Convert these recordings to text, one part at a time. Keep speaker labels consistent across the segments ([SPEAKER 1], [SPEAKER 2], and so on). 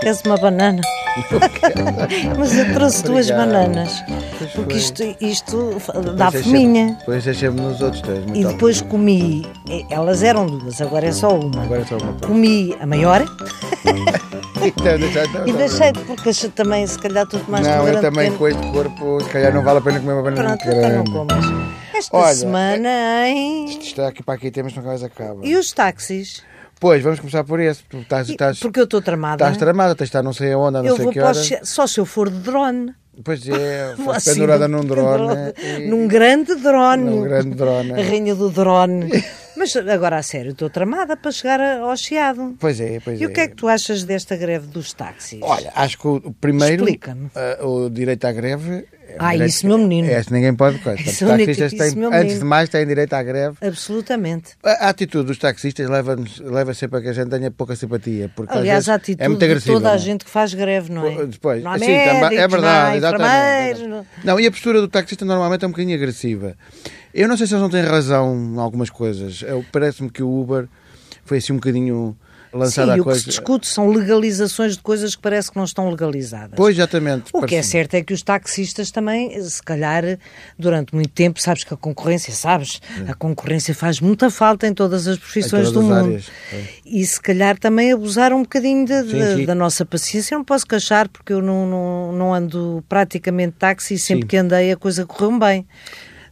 [SPEAKER 1] tens uma banana. Mas eu trouxe duas
[SPEAKER 2] Obrigado.
[SPEAKER 1] bananas.
[SPEAKER 2] Pois
[SPEAKER 1] Porque
[SPEAKER 2] foi.
[SPEAKER 1] isto, isto fa-
[SPEAKER 2] Pois
[SPEAKER 1] dá
[SPEAKER 2] deixa-me-
[SPEAKER 1] fominha.
[SPEAKER 2] Pois deixa-me nos outros dois.
[SPEAKER 1] E depois comi, eh, elas eram duas, agora é só uma.
[SPEAKER 2] Agora é só uma.
[SPEAKER 1] Comi a maior
[SPEAKER 2] Então, deixa, então,
[SPEAKER 1] e
[SPEAKER 2] tá
[SPEAKER 1] deixei porque achei também, se calhar, tudo mais
[SPEAKER 2] Não, eu
[SPEAKER 1] tolerante
[SPEAKER 2] também
[SPEAKER 1] que-
[SPEAKER 2] com este corpo, se calhar não vale a pena comer uma banana
[SPEAKER 1] Pronto,
[SPEAKER 2] muito
[SPEAKER 1] então não
[SPEAKER 2] grande.
[SPEAKER 1] comas. Esta
[SPEAKER 2] Olha,
[SPEAKER 1] semana, hein?
[SPEAKER 2] Isto está aqui para aqui temos nunca mais acaba.
[SPEAKER 1] E os táxis?
[SPEAKER 2] Pois, vamos começar por esse. Tu estás,
[SPEAKER 1] E-
[SPEAKER 2] estás,
[SPEAKER 1] porque eu estou tramada.
[SPEAKER 2] estás tramada, tens de estar não sei aonde, a não
[SPEAKER 1] eu
[SPEAKER 2] sei
[SPEAKER 1] vou
[SPEAKER 2] que
[SPEAKER 1] para
[SPEAKER 2] hora.
[SPEAKER 1] os... Só se eu for de drone.
[SPEAKER 2] Pois é,
[SPEAKER 1] Vou
[SPEAKER 2] foste
[SPEAKER 1] assim
[SPEAKER 2] pendurada
[SPEAKER 1] num-
[SPEAKER 2] num drone. né? e-
[SPEAKER 1] Num grande drone.
[SPEAKER 2] Num grande drone.
[SPEAKER 1] A rainha do drone. Mas agora, a sério, estou tramada para chegar a- ao Chiado.
[SPEAKER 2] Pois é, pois
[SPEAKER 1] E
[SPEAKER 2] é. Oh.
[SPEAKER 1] o que é que tu achas desta greve dos táxis?
[SPEAKER 2] Olha, acho que o o primeiro.
[SPEAKER 1] Explica-me.
[SPEAKER 2] ah, o direito à greve. é um
[SPEAKER 1] Ah,
[SPEAKER 2] direito-
[SPEAKER 1] isso, meu menino.
[SPEAKER 2] É, isso ninguém pode. Coisa.
[SPEAKER 1] Isso,
[SPEAKER 2] Portanto, os
[SPEAKER 1] único-
[SPEAKER 2] taxistas
[SPEAKER 1] isso,
[SPEAKER 2] têm,
[SPEAKER 1] meu
[SPEAKER 2] antes
[SPEAKER 1] menino.
[SPEAKER 2] de mais, têm direito à greve.
[SPEAKER 1] Absolutamente.
[SPEAKER 2] A a atitude dos taxistas leva-nos- leva, sempre a que a gente tenha pouca simpatia. Porque às
[SPEAKER 1] Aliás,
[SPEAKER 2] vezes
[SPEAKER 1] a atitude
[SPEAKER 2] é muito
[SPEAKER 1] de
[SPEAKER 2] agressiva,
[SPEAKER 1] toda
[SPEAKER 2] não
[SPEAKER 1] a
[SPEAKER 2] é?
[SPEAKER 1] gente que faz greve, não é?
[SPEAKER 2] Depois,
[SPEAKER 1] não há
[SPEAKER 2] assim,
[SPEAKER 1] médicos,
[SPEAKER 2] também- é
[SPEAKER 1] não há
[SPEAKER 2] verdade,
[SPEAKER 1] enfermeiros,
[SPEAKER 2] exatamente.
[SPEAKER 1] não-
[SPEAKER 2] Não, e a postura do taxista normalmente é um bocadinho agressiva. Eu não sei se eles não têm razão em algumas coisas. Eu- Parece-me que o Uber foi assim um bocadinho lançado
[SPEAKER 1] Sim,
[SPEAKER 2] à
[SPEAKER 1] o que
[SPEAKER 2] coisa.
[SPEAKER 1] se discute são legalizações de coisas que parece que não estão legalizadas.
[SPEAKER 2] Pois, exatamente.
[SPEAKER 1] O que é
[SPEAKER 2] parece-me.
[SPEAKER 1] certo é que os taxistas também, se calhar, durante muito tempo, sabes que a concorrência, sabes, a concorrência faz muita falta em todas as profissões
[SPEAKER 2] todas
[SPEAKER 1] do
[SPEAKER 2] as
[SPEAKER 1] mundo.
[SPEAKER 2] áreas, é.
[SPEAKER 1] E se calhar também abusar um bocadinho de- de-
[SPEAKER 2] Sim, sim.
[SPEAKER 1] da nossa paciência. Eu não posso queixar porque eu não, não, não ando praticamente de táxi e sempre que andei a coisa correu-me bem.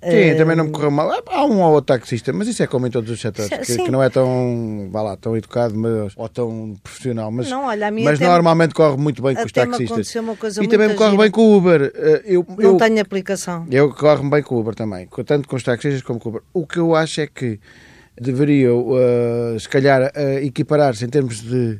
[SPEAKER 1] Eh,
[SPEAKER 2] Sim, também não me correu mal. Há- Há um ou outro taxista, mas isso é como em todos os setores,
[SPEAKER 1] Sim,
[SPEAKER 2] que,
[SPEAKER 1] sim.
[SPEAKER 2] que não é tão, vá lá, tão educado mas, ou tão profissional. Mas,
[SPEAKER 1] Não, olha, a mim
[SPEAKER 2] mas
[SPEAKER 1] até me-
[SPEAKER 2] normalmente corre muito bem com os
[SPEAKER 1] até me
[SPEAKER 2] taxistas.
[SPEAKER 1] aconteceu uma coisa
[SPEAKER 2] e
[SPEAKER 1] muito
[SPEAKER 2] também me corre
[SPEAKER 1] gira.
[SPEAKER 2] bem com o Uber. Eh, Eu,
[SPEAKER 1] Não
[SPEAKER 2] eu,
[SPEAKER 1] tenho aplicação.
[SPEAKER 2] eu corro bem com o Uber também, com- tanto com os taxistas como com o Uber. O que eu acho é que deveriam, eh, se calhar, eh, equiparar-se em termos de,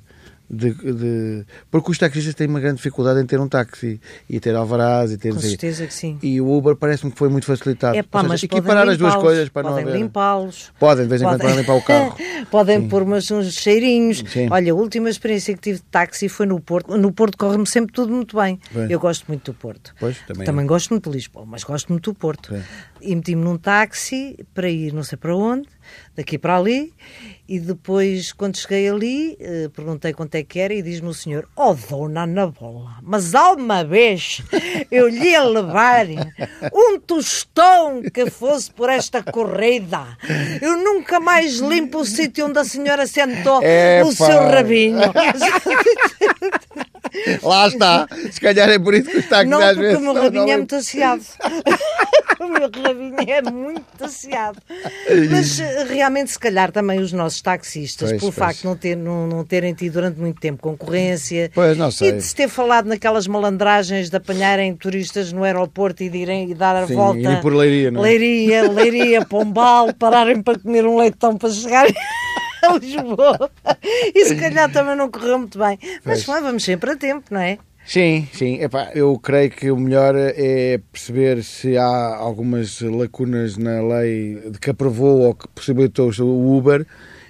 [SPEAKER 2] de- de- Porque os taxistas têm uma grande dificuldade em ter um táxi e ter alvarás e ter.
[SPEAKER 1] Com certeza que sim.
[SPEAKER 2] E o Uber parece-me que foi muito facilitado.
[SPEAKER 1] É pá,
[SPEAKER 2] Ou seja,
[SPEAKER 1] mas podem
[SPEAKER 2] equiparar as duas
[SPEAKER 1] limpá-los,
[SPEAKER 2] coisas para
[SPEAKER 1] podem
[SPEAKER 2] não haver.
[SPEAKER 1] limpá-los.
[SPEAKER 2] Podem, de vez em quando, podem limpar o carro.
[SPEAKER 1] podem pôr umas, uns cheirinhos.
[SPEAKER 2] Sim.
[SPEAKER 1] Olha, a última experiência que tive de táxi foi no Porto. No Porto corre-me sempre tudo muito bem.
[SPEAKER 2] Pois.
[SPEAKER 1] Eu gosto muito do Porto.
[SPEAKER 2] Pois, também eu.
[SPEAKER 1] gosto muito de Lisboa, mas gosto muito do Porto. E meti-me num táxi para ir não sei para onde, daqui para ali. E depois, quando cheguei ali, eh, perguntei quanto é que era e diz-me o senhor, oh dona na bola, mas há uma vez eu lhe ia levar um tostão que fosse por esta corrida. Eu nunca mais limpo o sítio onde a senhora sentou o
[SPEAKER 2] Epá.
[SPEAKER 1] seu rabinho.
[SPEAKER 2] Lá está! Se calhar é por isso que os táxis
[SPEAKER 1] Não,
[SPEAKER 2] às
[SPEAKER 1] porque
[SPEAKER 2] vezes.
[SPEAKER 1] o meu
[SPEAKER 2] não-
[SPEAKER 1] rabinho
[SPEAKER 2] não
[SPEAKER 1] é
[SPEAKER 2] limpam.
[SPEAKER 1] muito asseado. o meu rabinho é muito asseado. Mas eh, realmente, se calhar, também os nossos taxistas,
[SPEAKER 2] Pois,
[SPEAKER 1] pelo
[SPEAKER 2] pois.
[SPEAKER 1] facto de não, ter, não, não terem tido durante muito tempo concorrência
[SPEAKER 2] Pois, não
[SPEAKER 1] e
[SPEAKER 2] sei.
[SPEAKER 1] de se ter falado naquelas malandragens de apanharem turistas no aeroporto e de irem e dar a
[SPEAKER 2] Sim,
[SPEAKER 1] volta.
[SPEAKER 2] irem por Leiria, não é?
[SPEAKER 1] Leiria, Leiria, Pombal, pararem para comer um leitão para chegar. A Lisboa. E se calhar também não correu muito bem. Mas
[SPEAKER 2] Pois.
[SPEAKER 1] lá vamos sempre a tempo, não é?
[SPEAKER 2] Sim, sim. Epá, eu creio que o melhor é perceber se há algumas lacunas na lei de que aprovou ou que possibilitou o Uber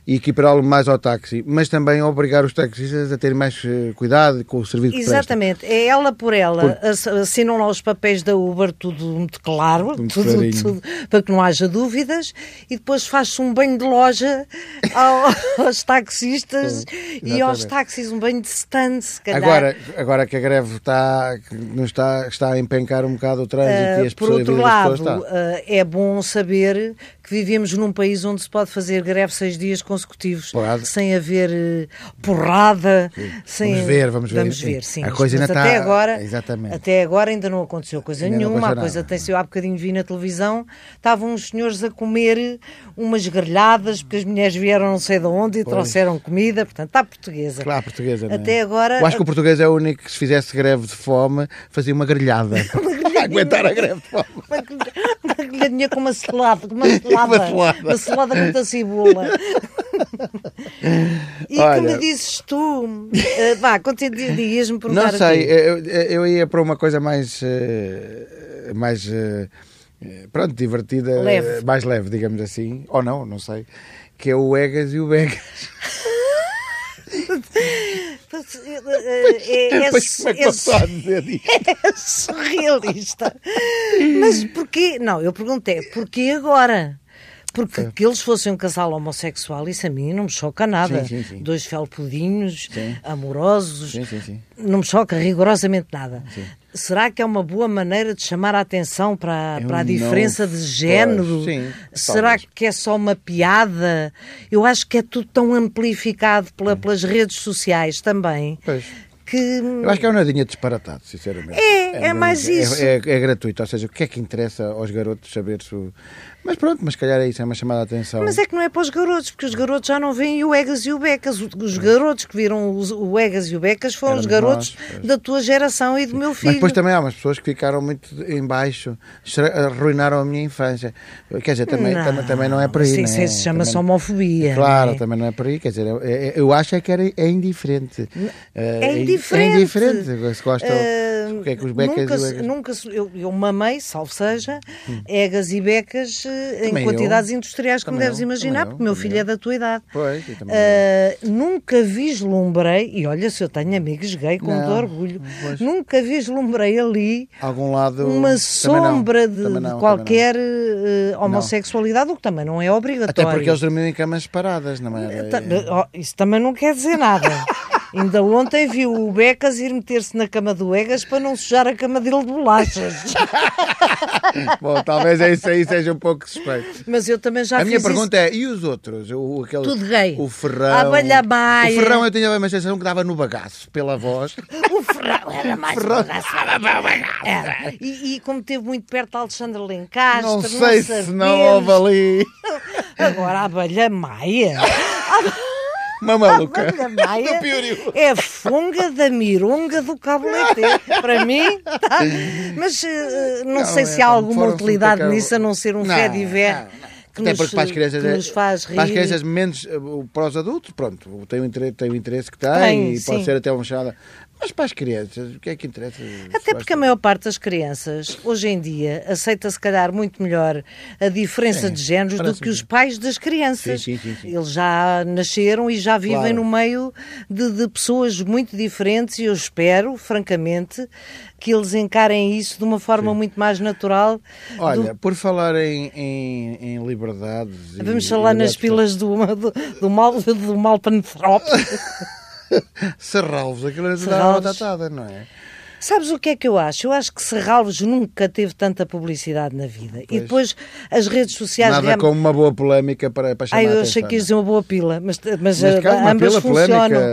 [SPEAKER 2] e equipará-lo mais ao táxi, mas também obrigar os taxistas a terem mais eh, cuidado com o serviço que prestam.
[SPEAKER 1] Exatamente, é ela por ela. Ass- Assinam lá os papéis da Uber, tudo muito claro,
[SPEAKER 2] Muito
[SPEAKER 1] tudo,
[SPEAKER 2] clarinho.
[SPEAKER 1] tudo, para que não haja dúvidas, e depois faz-se um banho de loja ao- aos taxistas e aos
[SPEAKER 2] exatamente.
[SPEAKER 1] táxis, um banho de stand, se calhar.
[SPEAKER 2] Agora, agora que a greve está, que não está, está a empencar um bocado o trânsito
[SPEAKER 1] Ah,
[SPEAKER 2] e as
[SPEAKER 1] por
[SPEAKER 2] pessoas,
[SPEAKER 1] outro
[SPEAKER 2] a vida das
[SPEAKER 1] lado,
[SPEAKER 2] pessoas está.
[SPEAKER 1] ah, é bom saber que vivemos num país onde se pode fazer greve seis dias consecutivos
[SPEAKER 2] Porrada.
[SPEAKER 1] sem haver eh, porrada. Sem...
[SPEAKER 2] Vamos ver, vamos ver,
[SPEAKER 1] Vamos
[SPEAKER 2] sim.
[SPEAKER 1] ver, sim.
[SPEAKER 2] A coisa
[SPEAKER 1] Mas
[SPEAKER 2] ainda
[SPEAKER 1] até
[SPEAKER 2] está-
[SPEAKER 1] agora,
[SPEAKER 2] Exatamente.
[SPEAKER 1] até agora ainda não aconteceu coisa
[SPEAKER 2] Ainda não
[SPEAKER 1] nenhuma. A
[SPEAKER 2] aconteceu
[SPEAKER 1] coisa
[SPEAKER 2] nada.
[SPEAKER 1] tem sido há bocadinho vi na televisão. Estavam uns senhores a comer umas grelhadas porque as mulheres vieram não sei de onde e trouxeram comida. Portanto, está portuguesa.
[SPEAKER 2] Claro, portuguesa. não é?
[SPEAKER 1] Até agora-
[SPEAKER 2] Eu acho que o português é o único que, se fizesse greve de fome, fazia uma grelhada. Para aguentar a greve de fome.
[SPEAKER 1] Uma grelha- uma grelhadinha com uma selada, com uma selada,
[SPEAKER 2] Uma selada.
[SPEAKER 1] uma selada com muita cebola. E
[SPEAKER 2] Olha.
[SPEAKER 1] que me dizes tu? Eh, vá, continua, ias-me
[SPEAKER 2] Não
[SPEAKER 1] perguntar. a
[SPEAKER 2] sei,
[SPEAKER 1] ti.
[SPEAKER 2] eu, eu ia para uma coisa mais. eh, mais. eh, pronto, divertida. eh,
[SPEAKER 1] Leve.
[SPEAKER 2] Mais leve, digamos assim. Ou não, não sei. Que é o Egas e o Begas.
[SPEAKER 1] Eh, eh,
[SPEAKER 2] Pois como é que
[SPEAKER 1] é-
[SPEAKER 2] passou a dizer isto?
[SPEAKER 1] é surrealista. Mas porquê? Não, eu perguntei, porquê agora? Porque
[SPEAKER 2] Foi.
[SPEAKER 1] que eles fossem um casal homossexual, isso a mim não me choca nada.
[SPEAKER 2] Sim, sim, sim.
[SPEAKER 1] Dois felpudinhos,
[SPEAKER 2] Sim.
[SPEAKER 1] amorosos,
[SPEAKER 2] Sim, sim, sim.
[SPEAKER 1] não me choca rigorosamente nada. Será que é uma boa maneira de chamar a atenção para,
[SPEAKER 2] Eu
[SPEAKER 1] para a
[SPEAKER 2] não-
[SPEAKER 1] diferença de
[SPEAKER 2] pois,
[SPEAKER 1] género?
[SPEAKER 2] sim,
[SPEAKER 1] Será
[SPEAKER 2] talvez.
[SPEAKER 1] que é só uma piada? Eu acho que é tudo tão amplificado pela- pelas redes sociais também
[SPEAKER 2] Pois.
[SPEAKER 1] que
[SPEAKER 2] Eu acho que é um nadinha disparatado, sinceramente.
[SPEAKER 1] É, é mais
[SPEAKER 2] um-
[SPEAKER 1] isso.
[SPEAKER 2] É, é gratuito, ou seja, o que é que interessa aos garotos saber se. o- Mas pronto, mas se calhar é isso, é uma chamada de atenção.
[SPEAKER 1] Mas é que não é para os garotos, porque os garotos já não veem o Egas e o Becas. O- Os garotos que viram os- o Egas e o Becas foram
[SPEAKER 2] Éramos
[SPEAKER 1] os garotos
[SPEAKER 2] nós, pois.
[SPEAKER 1] da tua geração e do meu filho.
[SPEAKER 2] Mas depois também há umas pessoas que ficaram muito em baixo, estra- arruinaram a minha infância. Quer dizer, também
[SPEAKER 1] Não,
[SPEAKER 2] tam- também, não é por aí.
[SPEAKER 1] Sim,
[SPEAKER 2] né?
[SPEAKER 1] sim, se chama-se
[SPEAKER 2] Também-
[SPEAKER 1] homofobia.
[SPEAKER 2] Claro,
[SPEAKER 1] não é?
[SPEAKER 2] também não é por aí. Quer dizer, é- é- eu acho é que era, é indiferente. Eh,
[SPEAKER 1] É indiferente.
[SPEAKER 2] É indiferente. Se gosta,
[SPEAKER 1] Ah,
[SPEAKER 2] o que é que os becas
[SPEAKER 1] nunca,
[SPEAKER 2] e
[SPEAKER 1] se-
[SPEAKER 2] o becas... Hum.
[SPEAKER 1] nunca se- eu, eu mamei, salvo seja, egas e becas eh, em
[SPEAKER 2] Também eu.
[SPEAKER 1] quantidades industriais que me
[SPEAKER 2] Também
[SPEAKER 1] deves
[SPEAKER 2] eu,
[SPEAKER 1] imaginar,
[SPEAKER 2] também eu,
[SPEAKER 1] porque o meu
[SPEAKER 2] também
[SPEAKER 1] filho
[SPEAKER 2] eu.
[SPEAKER 1] é da tua idade.
[SPEAKER 2] Pois, eu também
[SPEAKER 1] Ah, nunca vislumbrei, e olha se eu tenho amigos gay com
[SPEAKER 2] Não,
[SPEAKER 1] todo orgulho,
[SPEAKER 2] pois.
[SPEAKER 1] nunca vislumbrei ali
[SPEAKER 2] Algum lado...
[SPEAKER 1] uma
[SPEAKER 2] também
[SPEAKER 1] sombra de,
[SPEAKER 2] não, também
[SPEAKER 1] de
[SPEAKER 2] não, também não.
[SPEAKER 1] qualquer eh, homossexualidade, o que também não é
[SPEAKER 2] Até
[SPEAKER 1] obrigatório.
[SPEAKER 2] porque eles dormiam em camas separadas, não é?
[SPEAKER 1] Ta- oh, Isso também não quer dizer nada. Ainda ontem vi o Becas ir meter-se na cama do Egas para não sujar a cama dele de bolachas.
[SPEAKER 2] Bom, talvez isso aí seja um pouco suspeito.
[SPEAKER 1] Mas eu também já
[SPEAKER 2] a
[SPEAKER 1] fiz
[SPEAKER 2] minha
[SPEAKER 1] isso.
[SPEAKER 2] pergunta é, e os outros? O, aquele,
[SPEAKER 1] Tudo Ah, gay.
[SPEAKER 2] O Ferrão.
[SPEAKER 1] A Abelha Maia.
[SPEAKER 2] O Ferrão eu tinha uma sensação que dava no bagaço, pela voz.
[SPEAKER 1] O Ferrão era mais
[SPEAKER 2] Ferrão.
[SPEAKER 1] Era. E, e como teve muito perto de Alexandre Lencastre,
[SPEAKER 2] não sei se não
[SPEAKER 1] sabemos.
[SPEAKER 2] houve ali
[SPEAKER 1] Agora a Abelha Maia.
[SPEAKER 2] uma
[SPEAKER 1] A
[SPEAKER 2] maluca.
[SPEAKER 1] Abelha Maia
[SPEAKER 2] Do Piúrio.
[SPEAKER 1] é a funga da mironga do cabo leiteiro. Para mim, tá. Mas eh, não,
[SPEAKER 2] Não,
[SPEAKER 1] sei
[SPEAKER 2] é,
[SPEAKER 1] se há
[SPEAKER 2] pá,
[SPEAKER 1] alguma
[SPEAKER 2] foram
[SPEAKER 1] utilidade
[SPEAKER 2] super-
[SPEAKER 1] nisso a não ser um
[SPEAKER 2] Não,
[SPEAKER 1] fé de ver
[SPEAKER 2] não, não.
[SPEAKER 1] que,
[SPEAKER 2] Até
[SPEAKER 1] nos,
[SPEAKER 2] porque para as crianças,
[SPEAKER 1] que
[SPEAKER 2] é-
[SPEAKER 1] nos faz rir.
[SPEAKER 2] para as crianças menos eh, para os adultos, pronto, tem o interesse, tem o interesse que tem,
[SPEAKER 1] Tem,
[SPEAKER 2] e
[SPEAKER 1] sim.
[SPEAKER 2] pode ser até uma chamada. Mas para as crianças, o que é que interessa?
[SPEAKER 1] Até porque a maior parte das crianças, hoje em dia, aceita se calhar muito melhor a diferença
[SPEAKER 2] É,
[SPEAKER 1] de géneros do
[SPEAKER 2] parece-me
[SPEAKER 1] que os
[SPEAKER 2] bem.
[SPEAKER 1] pais das crianças.
[SPEAKER 2] Sim, sim, sim, sim.
[SPEAKER 1] Eles já nasceram e já vivem
[SPEAKER 2] Claro.
[SPEAKER 1] no meio de, de pessoas muito diferentes e eu espero, francamente, que eles encarem isso de uma forma muito mais natural.
[SPEAKER 2] Olha, por falar em, em, em liberdades. e-
[SPEAKER 1] Vamos
[SPEAKER 2] e
[SPEAKER 1] falar nas
[SPEAKER 2] liberdades
[SPEAKER 1] pilas do, do, do mal, do mal panetrópico.
[SPEAKER 2] Serralvos, aquilo é era
[SPEAKER 1] Serralves.
[SPEAKER 2] uma tatada, não é?
[SPEAKER 1] Sabes o que é que eu acho? Eu acho que Serralves nunca teve tanta publicidade na vida. E
[SPEAKER 2] Pois.
[SPEAKER 1] depois as redes sociais...
[SPEAKER 2] Nada
[SPEAKER 1] realmente-
[SPEAKER 2] como uma boa polémica para, para chamar
[SPEAKER 1] Ah,
[SPEAKER 2] a
[SPEAKER 1] eu
[SPEAKER 2] atenção.
[SPEAKER 1] achei que
[SPEAKER 2] não é?
[SPEAKER 1] ias dizer uma boa pila, mas, mas,
[SPEAKER 2] Mas
[SPEAKER 1] ah,
[SPEAKER 2] claro, uma
[SPEAKER 1] ambas
[SPEAKER 2] pila
[SPEAKER 1] funcionam.
[SPEAKER 2] polémica.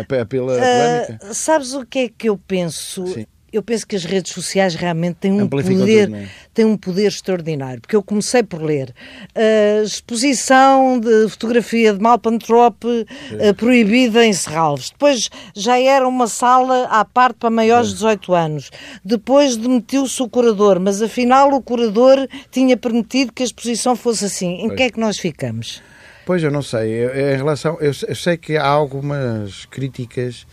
[SPEAKER 2] a pe- A pila
[SPEAKER 1] Ah,
[SPEAKER 2] polémica.
[SPEAKER 1] sabes o que é que eu penso?
[SPEAKER 2] Sim.
[SPEAKER 1] Eu penso que as redes sociais realmente têm um
[SPEAKER 2] Amplificam
[SPEAKER 1] poder,
[SPEAKER 2] tudo, não é?
[SPEAKER 1] têm um poder extraordinário, porque eu comecei por ler ah, exposição de fotografia de Malpantrope ah, proibida em Serralves. Depois já era uma sala à parte para maiores de 18 anos. Depois demitiu-se o curador, mas afinal o curador tinha permitido que a exposição fosse assim. Em que é que nós ficamos?
[SPEAKER 2] Pois eu não sei. Eu- eu- Em relação, eu, se- eu sei que há algumas críticas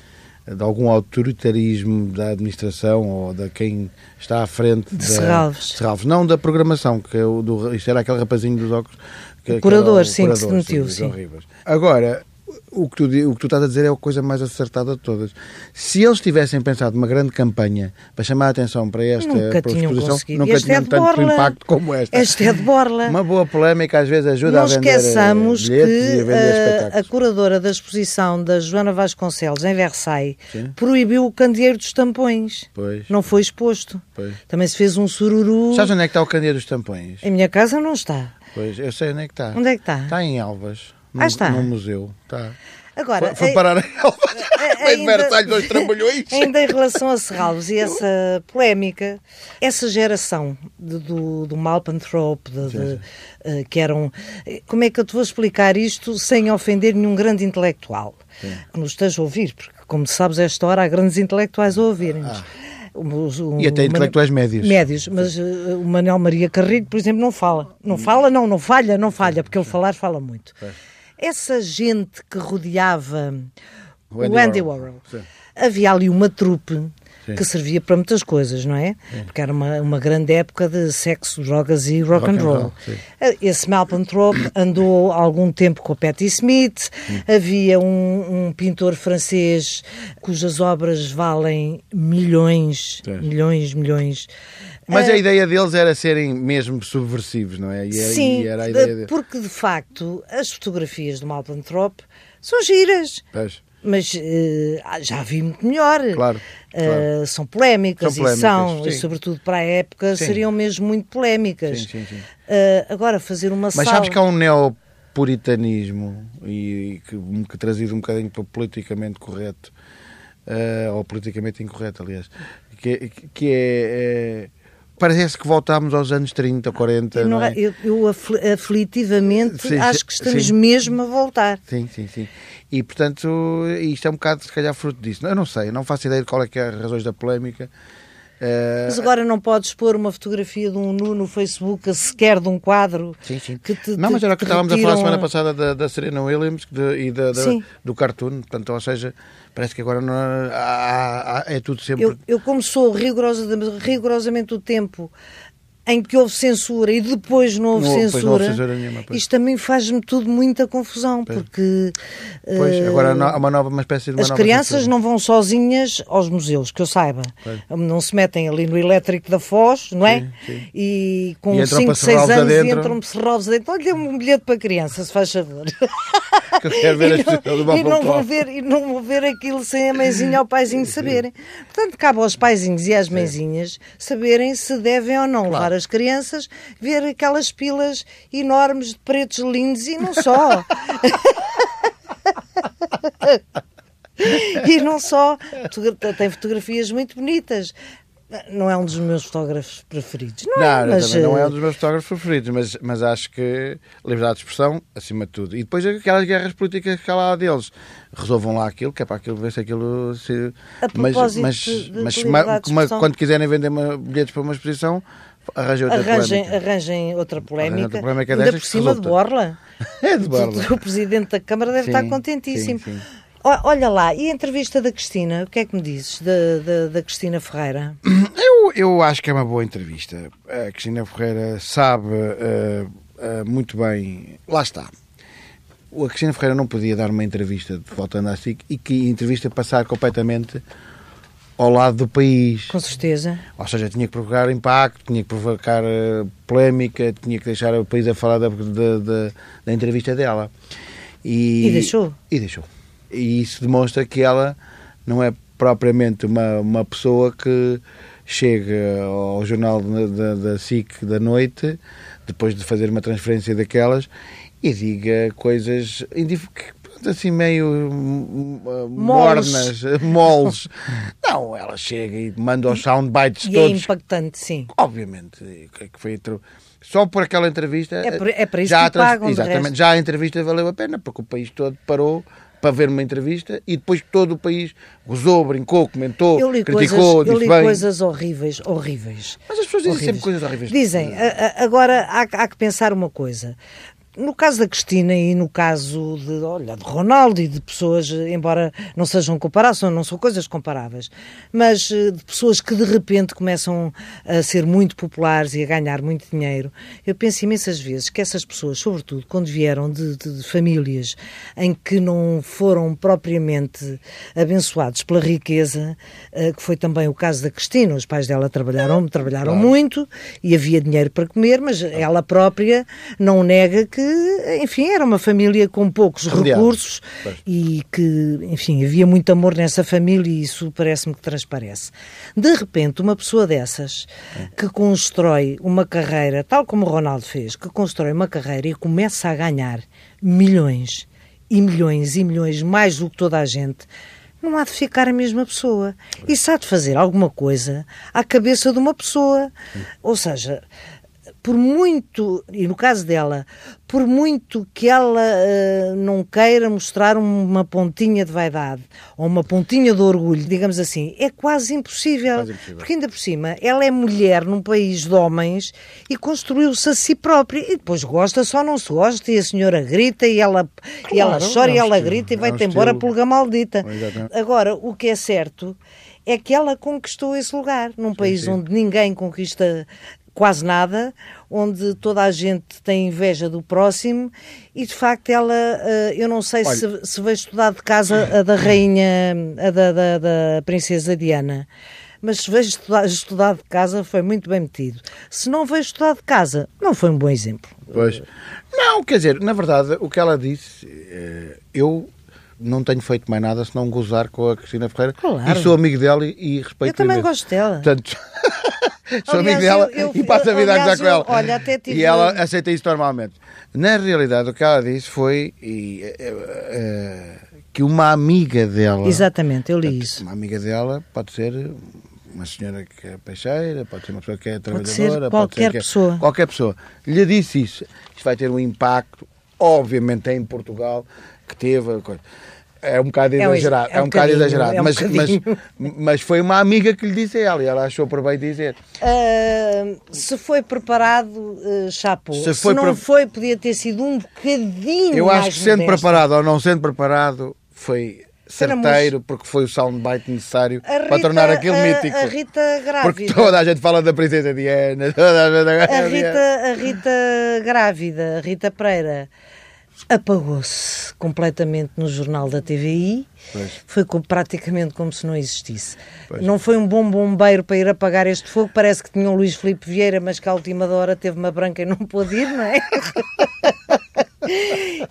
[SPEAKER 2] de algum autoritarismo da administração ou de quem está à frente da-
[SPEAKER 1] Serralves.
[SPEAKER 2] Serralves, não da programação, que é o do, isto era aquele rapazinho dos óculos. que- que
[SPEAKER 1] curador,
[SPEAKER 2] era o
[SPEAKER 1] sim, que se demitiu,
[SPEAKER 2] do João
[SPEAKER 1] sim.
[SPEAKER 2] Ribas. Agora, o que, tu, di- o que tu estás a dizer é a coisa mais acertada de todas. Se eles tivessem pensado uma grande campanha para chamar a atenção para esta
[SPEAKER 1] Nunca
[SPEAKER 2] para é a
[SPEAKER 1] tinham
[SPEAKER 2] exposição,
[SPEAKER 1] conseguido.
[SPEAKER 2] nunca
[SPEAKER 1] Este é
[SPEAKER 2] tinham
[SPEAKER 1] de
[SPEAKER 2] tanto
[SPEAKER 1] borla.
[SPEAKER 2] impacto como esta.
[SPEAKER 1] Este é de borla.
[SPEAKER 2] Uma boa polémica às vezes ajuda
[SPEAKER 1] Não
[SPEAKER 2] a vender eh,
[SPEAKER 1] esqueçamos que
[SPEAKER 2] bilhetes e a vender
[SPEAKER 1] eh, a,
[SPEAKER 2] espetáculos.
[SPEAKER 1] curadora da exposição da Joana Vasconcelos em Versailles proibiu o candeeiro dos tampões.
[SPEAKER 2] Pois.
[SPEAKER 1] Não foi exposto.
[SPEAKER 2] Pois.
[SPEAKER 1] Também se fez um sururu.
[SPEAKER 2] Sabes onde é que está o candeeiro dos tampões?
[SPEAKER 1] Em minha casa não está.
[SPEAKER 2] Pois, eu sei onde é que está.
[SPEAKER 1] Onde é que está?
[SPEAKER 2] Está em Alvas.
[SPEAKER 1] Ah,
[SPEAKER 2] num-
[SPEAKER 1] está.
[SPEAKER 2] Num museu. Está.
[SPEAKER 1] Agora,
[SPEAKER 2] Foi- foi
[SPEAKER 1] eh,
[SPEAKER 2] parar em Alvas.
[SPEAKER 1] eh,
[SPEAKER 2] Foi de
[SPEAKER 1] ainda-
[SPEAKER 2] Versalhes aos trambolhões.
[SPEAKER 1] Ainda em relação a Serralves e essa polémica, essa geração de- do, do Malpantrope, de, de, eh, que eram. eh, Como é que eu te vou explicar isto sem ofender nenhum grande intelectual? Que nos esteja a ouvir, porque, como sabes, a esta hora há grandes intelectuais a ouvirem-nos. O- o-
[SPEAKER 2] Ah. E até
[SPEAKER 1] o
[SPEAKER 2] intelectuais médios.
[SPEAKER 1] Médios, mas eh, o Manuel Maria Carrilho, por exemplo, não fala. Não
[SPEAKER 2] Hum.
[SPEAKER 1] fala, não, não falha, não falha, porque ele falar fala muito. Essa gente que rodeava
[SPEAKER 2] O
[SPEAKER 1] o
[SPEAKER 2] Andy
[SPEAKER 1] Andy
[SPEAKER 2] Warhol.
[SPEAKER 1] Warhol,
[SPEAKER 2] Sim.
[SPEAKER 1] havia ali uma trupe
[SPEAKER 2] Sim.
[SPEAKER 1] que servia para muitas coisas, não é? Porque era uma, uma grande época de sexo, drogas e rock,
[SPEAKER 2] Rock
[SPEAKER 1] and
[SPEAKER 2] and
[SPEAKER 1] roll.
[SPEAKER 2] roll, sim.
[SPEAKER 1] Eh, Esse Malpentrop andou algum tempo com o Patti Smith, havia um, um pintor francês cujas obras valem milhões,
[SPEAKER 2] Sim.
[SPEAKER 1] milhões, milhões. Eh,
[SPEAKER 2] Mas
[SPEAKER 1] é.
[SPEAKER 2] a ideia deles era serem mesmo subversivos, não é? E, é-
[SPEAKER 1] Sim,
[SPEAKER 2] e era a
[SPEAKER 1] de-
[SPEAKER 2] ideia de...
[SPEAKER 1] porque de facto as fotografias do Malpentrop são giras.
[SPEAKER 2] Pois.
[SPEAKER 1] Mas eh, já vi muito melhor.
[SPEAKER 2] Claro,
[SPEAKER 1] Eh,
[SPEAKER 2] claro.
[SPEAKER 1] São polémicas,
[SPEAKER 2] São
[SPEAKER 1] e são,
[SPEAKER 2] polémicas,
[SPEAKER 1] e
[SPEAKER 2] sim.
[SPEAKER 1] sobretudo para a época,
[SPEAKER 2] Sim.
[SPEAKER 1] seriam mesmo muito polémicas.
[SPEAKER 2] Sim, sim, sim.
[SPEAKER 1] Eh, agora, fazer uma
[SPEAKER 2] Mas
[SPEAKER 1] sala...
[SPEAKER 2] sabes que há um neopuritanismo e, e que, que trazido um bocadinho para o politicamente correto, eh, ou politicamente incorreto, aliás, que, que é. eh, parece que voltámos aos anos 30 ou 40,
[SPEAKER 1] Eu,
[SPEAKER 2] não,
[SPEAKER 1] não-
[SPEAKER 2] é?
[SPEAKER 1] eu- eu afli- aflitivamente
[SPEAKER 2] Sim,
[SPEAKER 1] acho
[SPEAKER 2] sim,
[SPEAKER 1] que estamos
[SPEAKER 2] sim.
[SPEAKER 1] mesmo a voltar.
[SPEAKER 2] Sim, sim, sim. E portanto, isto é um bocado, se calhar, fruto disso. Eu não sei, eu não faço ideia de qual é que é as razões da polémica. Eh,
[SPEAKER 1] Mas agora não podes pôr uma fotografia de um nu no Facebook, sequer de um quadro.
[SPEAKER 2] Sim, sim.
[SPEAKER 1] Que te,
[SPEAKER 2] não,
[SPEAKER 1] te-
[SPEAKER 2] mas era o que
[SPEAKER 1] te
[SPEAKER 2] estávamos a falar a
[SPEAKER 1] retiram
[SPEAKER 2] semana passada da, da Serena Williams que de- e da, da-
[SPEAKER 1] Sim.
[SPEAKER 2] do cartoon. Portanto, ou seja, parece que agora não há- há- há- é tudo sempre.
[SPEAKER 1] Eu, eu como sou rigorosa, rigorosamente o tempo em que houve censura e depois não houve
[SPEAKER 2] Não houve-
[SPEAKER 1] censura,
[SPEAKER 2] pois não houve censura nenhuma, pois.
[SPEAKER 1] isto também faz-me tudo muita confusão, porque
[SPEAKER 2] Pois,
[SPEAKER 1] eh,
[SPEAKER 2] agora há uma nova uma espécie de uma
[SPEAKER 1] as
[SPEAKER 2] nova
[SPEAKER 1] crianças
[SPEAKER 2] censura.
[SPEAKER 1] não vão sozinhas aos museus, que eu saiba. Não se metem ali no elétrico da Foz, não é?
[SPEAKER 2] Sim, sim.
[SPEAKER 1] E
[SPEAKER 2] E
[SPEAKER 1] com
[SPEAKER 2] entram
[SPEAKER 1] 5,
[SPEAKER 2] para
[SPEAKER 1] 6
[SPEAKER 2] serralves
[SPEAKER 1] anos e
[SPEAKER 2] adentro.
[SPEAKER 1] entram-me serrovos adentro. Olha, dê-me um bilhete para criança, se faz favor.
[SPEAKER 2] Que eu quero ver as pessoas
[SPEAKER 1] e
[SPEAKER 2] do
[SPEAKER 1] não, e não
[SPEAKER 2] Balcão
[SPEAKER 1] vão
[SPEAKER 2] Clock.
[SPEAKER 1] ver e não vão ver aquilo sem a mãezinha ou o paizinho saberem. Portanto, cabe aos paizinhos e às mãezinhas saberem se devem ou não levar as crianças ver aquelas pilas enormes de pretos lindos e não só. e não só. Fotogra- Tem fotografias muito bonitas. Não é um dos meus fotógrafos preferidos. Não, é,
[SPEAKER 2] Não, eu
[SPEAKER 1] mas,
[SPEAKER 2] também não é um
[SPEAKER 1] eh,
[SPEAKER 2] dos meus fotógrafos preferidos, mas, mas acho que liberdade de expressão, acima de tudo. E depois aquelas guerras políticas que há lá deles. Resolvam lá aquilo, que é para aquilo ver se aquilo se.
[SPEAKER 1] A
[SPEAKER 2] mas
[SPEAKER 1] propósito
[SPEAKER 2] mas,
[SPEAKER 1] de- de
[SPEAKER 2] mas
[SPEAKER 1] liberdade
[SPEAKER 2] ma-
[SPEAKER 1] de
[SPEAKER 2] como-
[SPEAKER 1] expressão.
[SPEAKER 2] quando quiserem vender uma- bilhetes para uma exposição, arranjem outra
[SPEAKER 1] Arranjem,
[SPEAKER 2] polémica.
[SPEAKER 1] arranjem outra polémica.
[SPEAKER 2] Arranjem outra polémica
[SPEAKER 1] ainda
[SPEAKER 2] destas
[SPEAKER 1] por
[SPEAKER 2] que
[SPEAKER 1] cima de
[SPEAKER 2] resulta.
[SPEAKER 1] Borla.
[SPEAKER 2] É de borla.
[SPEAKER 1] O presidente da Câmara deve
[SPEAKER 2] Sim,
[SPEAKER 1] estar contentíssimo.
[SPEAKER 2] sim, sim.
[SPEAKER 1] O- Olha lá, e a entrevista da Cristina? O que é que me dizes da, da, da Cristina Ferreira?
[SPEAKER 2] Eu, eu acho que é uma boa entrevista. A Cristina Ferreira sabe eh, eh, muito bem. Lá está. A Cristina Ferreira não podia dar uma entrevista voltando à SIC e que a entrevista passar completamente ao lado do país.
[SPEAKER 1] Com certeza.
[SPEAKER 2] Ou seja, tinha que provocar impacto, tinha que provocar eh, polémica, tinha que deixar o país a falar da, da, da- da entrevista dela. E,
[SPEAKER 1] E deixou.
[SPEAKER 2] E deixou. E isso demonstra que ela não é propriamente uma, uma pessoa que chega ao jornal da, da, da SIC da noite, depois de fazer uma transferência daquelas, e diga coisas indif- que, pronto, assim meio hum, hum,
[SPEAKER 1] Moles.
[SPEAKER 2] mornas, moles. Não, ela chega e manda os soundbites
[SPEAKER 1] E é
[SPEAKER 2] todos.
[SPEAKER 1] impactante, sim.
[SPEAKER 2] Obviamente, o que é que foi tru- só por aquela entrevista.
[SPEAKER 1] É por- é para isso
[SPEAKER 2] já
[SPEAKER 1] que
[SPEAKER 2] a trans-
[SPEAKER 1] pagam, de resto.
[SPEAKER 2] Exatamente, já a entrevista valeu a pena, porque o país todo parou para ver uma entrevista e depois todo o país gozou, brincou, comentou,
[SPEAKER 1] Eu li,
[SPEAKER 2] criticou,
[SPEAKER 1] coisas, eu
[SPEAKER 2] disse
[SPEAKER 1] li
[SPEAKER 2] bem.
[SPEAKER 1] coisas horríveis, horríveis.
[SPEAKER 2] Mas as pessoas dizem sempre coisas horríveis.
[SPEAKER 1] Dizem. A- a- Agora, há, há que pensar uma coisa. No caso da Cristina e no caso de, olha, de Ronaldo e de pessoas, eh, embora não sejam comparações, não são coisas comparáveis, mas eh, de pessoas que de repente começam a ser muito populares e a ganhar muito dinheiro, eu penso imensas vezes que essas pessoas, sobretudo quando vieram de, de- de famílias em que não foram propriamente abençoados pela riqueza, eh, que foi também o caso da Cristina, os pais dela trabalharam, trabalharam muito e havia dinheiro para comer, mas ela própria não nega que, enfim, era uma família com poucos
[SPEAKER 2] Rodeada.
[SPEAKER 1] recursos e que, enfim, havia muito amor nessa família e isso parece-me que transparece. De repente, uma pessoa dessas que constrói uma carreira, tal como o Ronaldo fez, que constrói uma carreira e começa a ganhar milhões e milhões e milhões, mais do que toda a gente, não há de ficar a mesma pessoa. Isso há de fazer alguma coisa à cabeça de uma pessoa. Ou seja, por muito, e no caso dela, por muito que ela eh, não queira mostrar uma pontinha de vaidade ou uma pontinha de orgulho, digamos assim, é quase impossível.
[SPEAKER 2] Quase impossível.
[SPEAKER 1] Porque ainda por cima, ela é mulher num país de homens e construiu-se a si própria e depois gosta, só não se gosta, e a senhora grita e ela, e ela
[SPEAKER 2] Claro,
[SPEAKER 1] chora
[SPEAKER 2] é um
[SPEAKER 1] e ela
[SPEAKER 2] estilo,
[SPEAKER 1] grita e
[SPEAKER 2] é um
[SPEAKER 1] vai-te embora
[SPEAKER 2] estilo.
[SPEAKER 1] pulga maldita.
[SPEAKER 2] Exatamente.
[SPEAKER 1] Agora, o que é certo é que ela conquistou esse lugar. Num país onde ninguém conquista quase nada, onde toda a gente tem inveja do próximo e de facto ela, eh, eu não sei se, se vai estudar de casa a da rainha, a da, da, da princesa Diana. Mas se veio estudar, estudar de casa, foi muito bem metido. Se não veio estudar de casa, não foi um bom exemplo.
[SPEAKER 2] Pois. Não, quer dizer, na verdade, o que ela disse, eh, eu não tenho feito mais nada senão gozar com a Cristina Ferreira.
[SPEAKER 1] Claro.
[SPEAKER 2] E sou amigo dela e, e respeito
[SPEAKER 1] Eu também
[SPEAKER 2] imenso.
[SPEAKER 1] gosto dela.
[SPEAKER 2] Portanto, sou
[SPEAKER 1] Aliás,
[SPEAKER 2] amigo dela
[SPEAKER 1] eu- eu-
[SPEAKER 2] e passo a vida a gozar
[SPEAKER 1] aliás,
[SPEAKER 2] com ela.
[SPEAKER 1] eu- olha, até tive-
[SPEAKER 2] E ela aceita isso normalmente. Na realidade, o que ela disse foi e, eh, eh, que uma amiga dela.
[SPEAKER 1] Exatamente, eu li isso.
[SPEAKER 2] Uma amiga dela pode ser uma senhora que é peixeira, pode ser uma pessoa que é
[SPEAKER 1] ser
[SPEAKER 2] trabalhadora,
[SPEAKER 1] qualquer
[SPEAKER 2] que é-
[SPEAKER 1] pessoa.
[SPEAKER 2] Qualquer pessoa. Lhe disse isso. Isto vai ter um impacto, obviamente, em Portugal, que teve. a coisa. É um bocado
[SPEAKER 1] É um ex-
[SPEAKER 2] exagerado,
[SPEAKER 1] é
[SPEAKER 2] é
[SPEAKER 1] um
[SPEAKER 2] um, bocado
[SPEAKER 1] bocadinho,
[SPEAKER 2] exagerado,
[SPEAKER 1] é um
[SPEAKER 2] mas,
[SPEAKER 1] bocadinho.
[SPEAKER 2] mas, mas foi uma amiga que lhe disse a ela e ela achou por bem dizer.
[SPEAKER 1] Ah, se foi preparado, ah, chapou. Se,
[SPEAKER 2] Se foi
[SPEAKER 1] não
[SPEAKER 2] pre-
[SPEAKER 1] foi, podia ter sido um bocadinho
[SPEAKER 2] Eu
[SPEAKER 1] mais
[SPEAKER 2] acho que sendo
[SPEAKER 1] modesto.
[SPEAKER 2] preparado ou não sendo preparado, foi
[SPEAKER 1] Éramos-
[SPEAKER 2] certeiro, porque foi o soundbite necessário
[SPEAKER 1] A
[SPEAKER 2] para
[SPEAKER 1] Rita-
[SPEAKER 2] tornar aquilo
[SPEAKER 1] a-
[SPEAKER 2] mítico.
[SPEAKER 1] A Rita
[SPEAKER 2] Porque
[SPEAKER 1] grávida.
[SPEAKER 2] toda a gente fala da princesa Diana, toda a gente
[SPEAKER 1] A Rita, a Rita grávida, a Rita Pereira, apagou-se completamente no jornal da TVI.
[SPEAKER 2] Pois.
[SPEAKER 1] Foi co- praticamente como se não existisse. Não foi um bom bombeiro para ir apagar este fogo. Parece que tinha o Luís Filipe Vieira, mas que à última hora teve uma branca e não pôde ir, não é?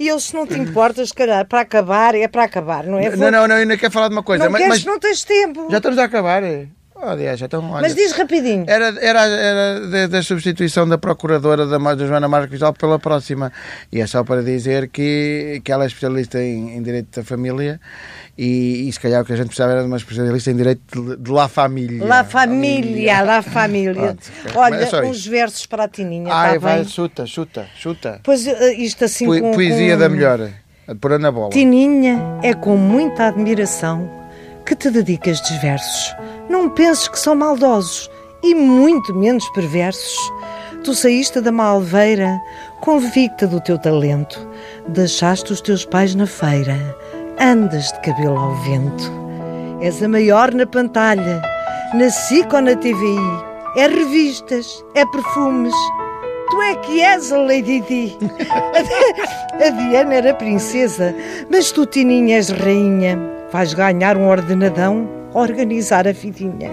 [SPEAKER 1] e eles, se não te importas, se calhar, para acabar, é para acabar, não é?
[SPEAKER 2] Não, não, não, eu ainda quero falar de uma coisa.
[SPEAKER 1] não
[SPEAKER 2] mas,
[SPEAKER 1] queres,
[SPEAKER 2] mas
[SPEAKER 1] não tens tempo.
[SPEAKER 2] já estamos a acabar. é? Oh, aliás, já estão, olha, é,
[SPEAKER 1] mas diz rapidinho.
[SPEAKER 2] Era, era, era da, da substituição da procuradora da, Ma- da Joana Marques Vidal pela próxima. E é só para dizer que, que ela é especialista em, em direito da família e, e se calhar o que a gente precisava era de uma especialista em direito de, de La Família.
[SPEAKER 1] La família, la família.
[SPEAKER 2] Pronto.
[SPEAKER 1] Olha,
[SPEAKER 2] É só
[SPEAKER 1] uns
[SPEAKER 2] isso.
[SPEAKER 1] versos para a Tininha,
[SPEAKER 2] Ai,
[SPEAKER 1] está
[SPEAKER 2] vai,
[SPEAKER 1] tá bem?
[SPEAKER 2] chuta, chuta, chuta.
[SPEAKER 1] Pois eh, isto assim
[SPEAKER 2] Poe-
[SPEAKER 1] com,
[SPEAKER 2] Poesia
[SPEAKER 1] com-
[SPEAKER 2] da melhor. Por Ana Bola.
[SPEAKER 1] Tininha, é com muita admiração que te dedico estes versos. Não penses que são maldosos e muito menos perversos. Tu saíste da malveira convicta do teu talento. Deixaste os teus pais na feira. Andas de cabelo ao vento. És a maior na pantalha, na SIC ou na TVI. É revistas, é perfumes. Tu é que és a Lady Di. a Diana era princesa, mas tu, Tininha, és rainha. Vais ganhar um ordenadão, organizar a vidinha.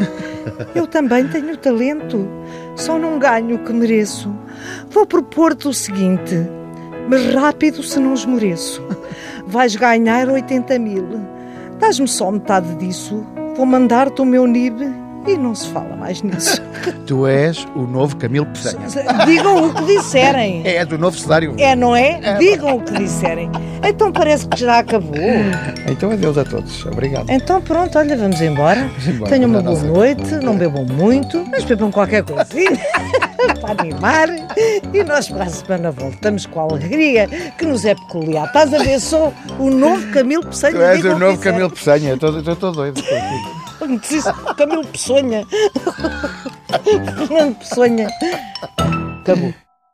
[SPEAKER 1] Eu também tenho talento, só não ganho o que mereço. Vou propor-te o seguinte, mas rápido se não esmoreço. Vais ganhar 80 mil. Dás-me só metade disso, vou mandar-te o meu NIB e não se fala mais nisso.
[SPEAKER 2] Tu és o novo Camilo Peçanha.
[SPEAKER 1] Digam o que disserem.
[SPEAKER 2] És o novo cenário.
[SPEAKER 1] É, não é? Digam o que disserem. Então parece que já acabou.
[SPEAKER 2] Então adeus a todos. Obrigado.
[SPEAKER 1] Então pronto, olha, vamos embora.
[SPEAKER 2] embora,
[SPEAKER 1] Tenham uma boa
[SPEAKER 2] vamos à
[SPEAKER 1] noite, não bebam muito, mas bebam qualquer coisinha para animar. E nós para a semana voltamos com a alegria que nos é peculiar. Estás a ver só o novo Camilo Peçanha.
[SPEAKER 2] Tu és
[SPEAKER 1] digam
[SPEAKER 2] o
[SPEAKER 1] que
[SPEAKER 2] novo
[SPEAKER 1] disserem.
[SPEAKER 2] Camilo Peçanha. Eu tô- Eu estou doido.
[SPEAKER 1] é. Como disse Camilo Peçonha. Fernando Peçonha. Acabou.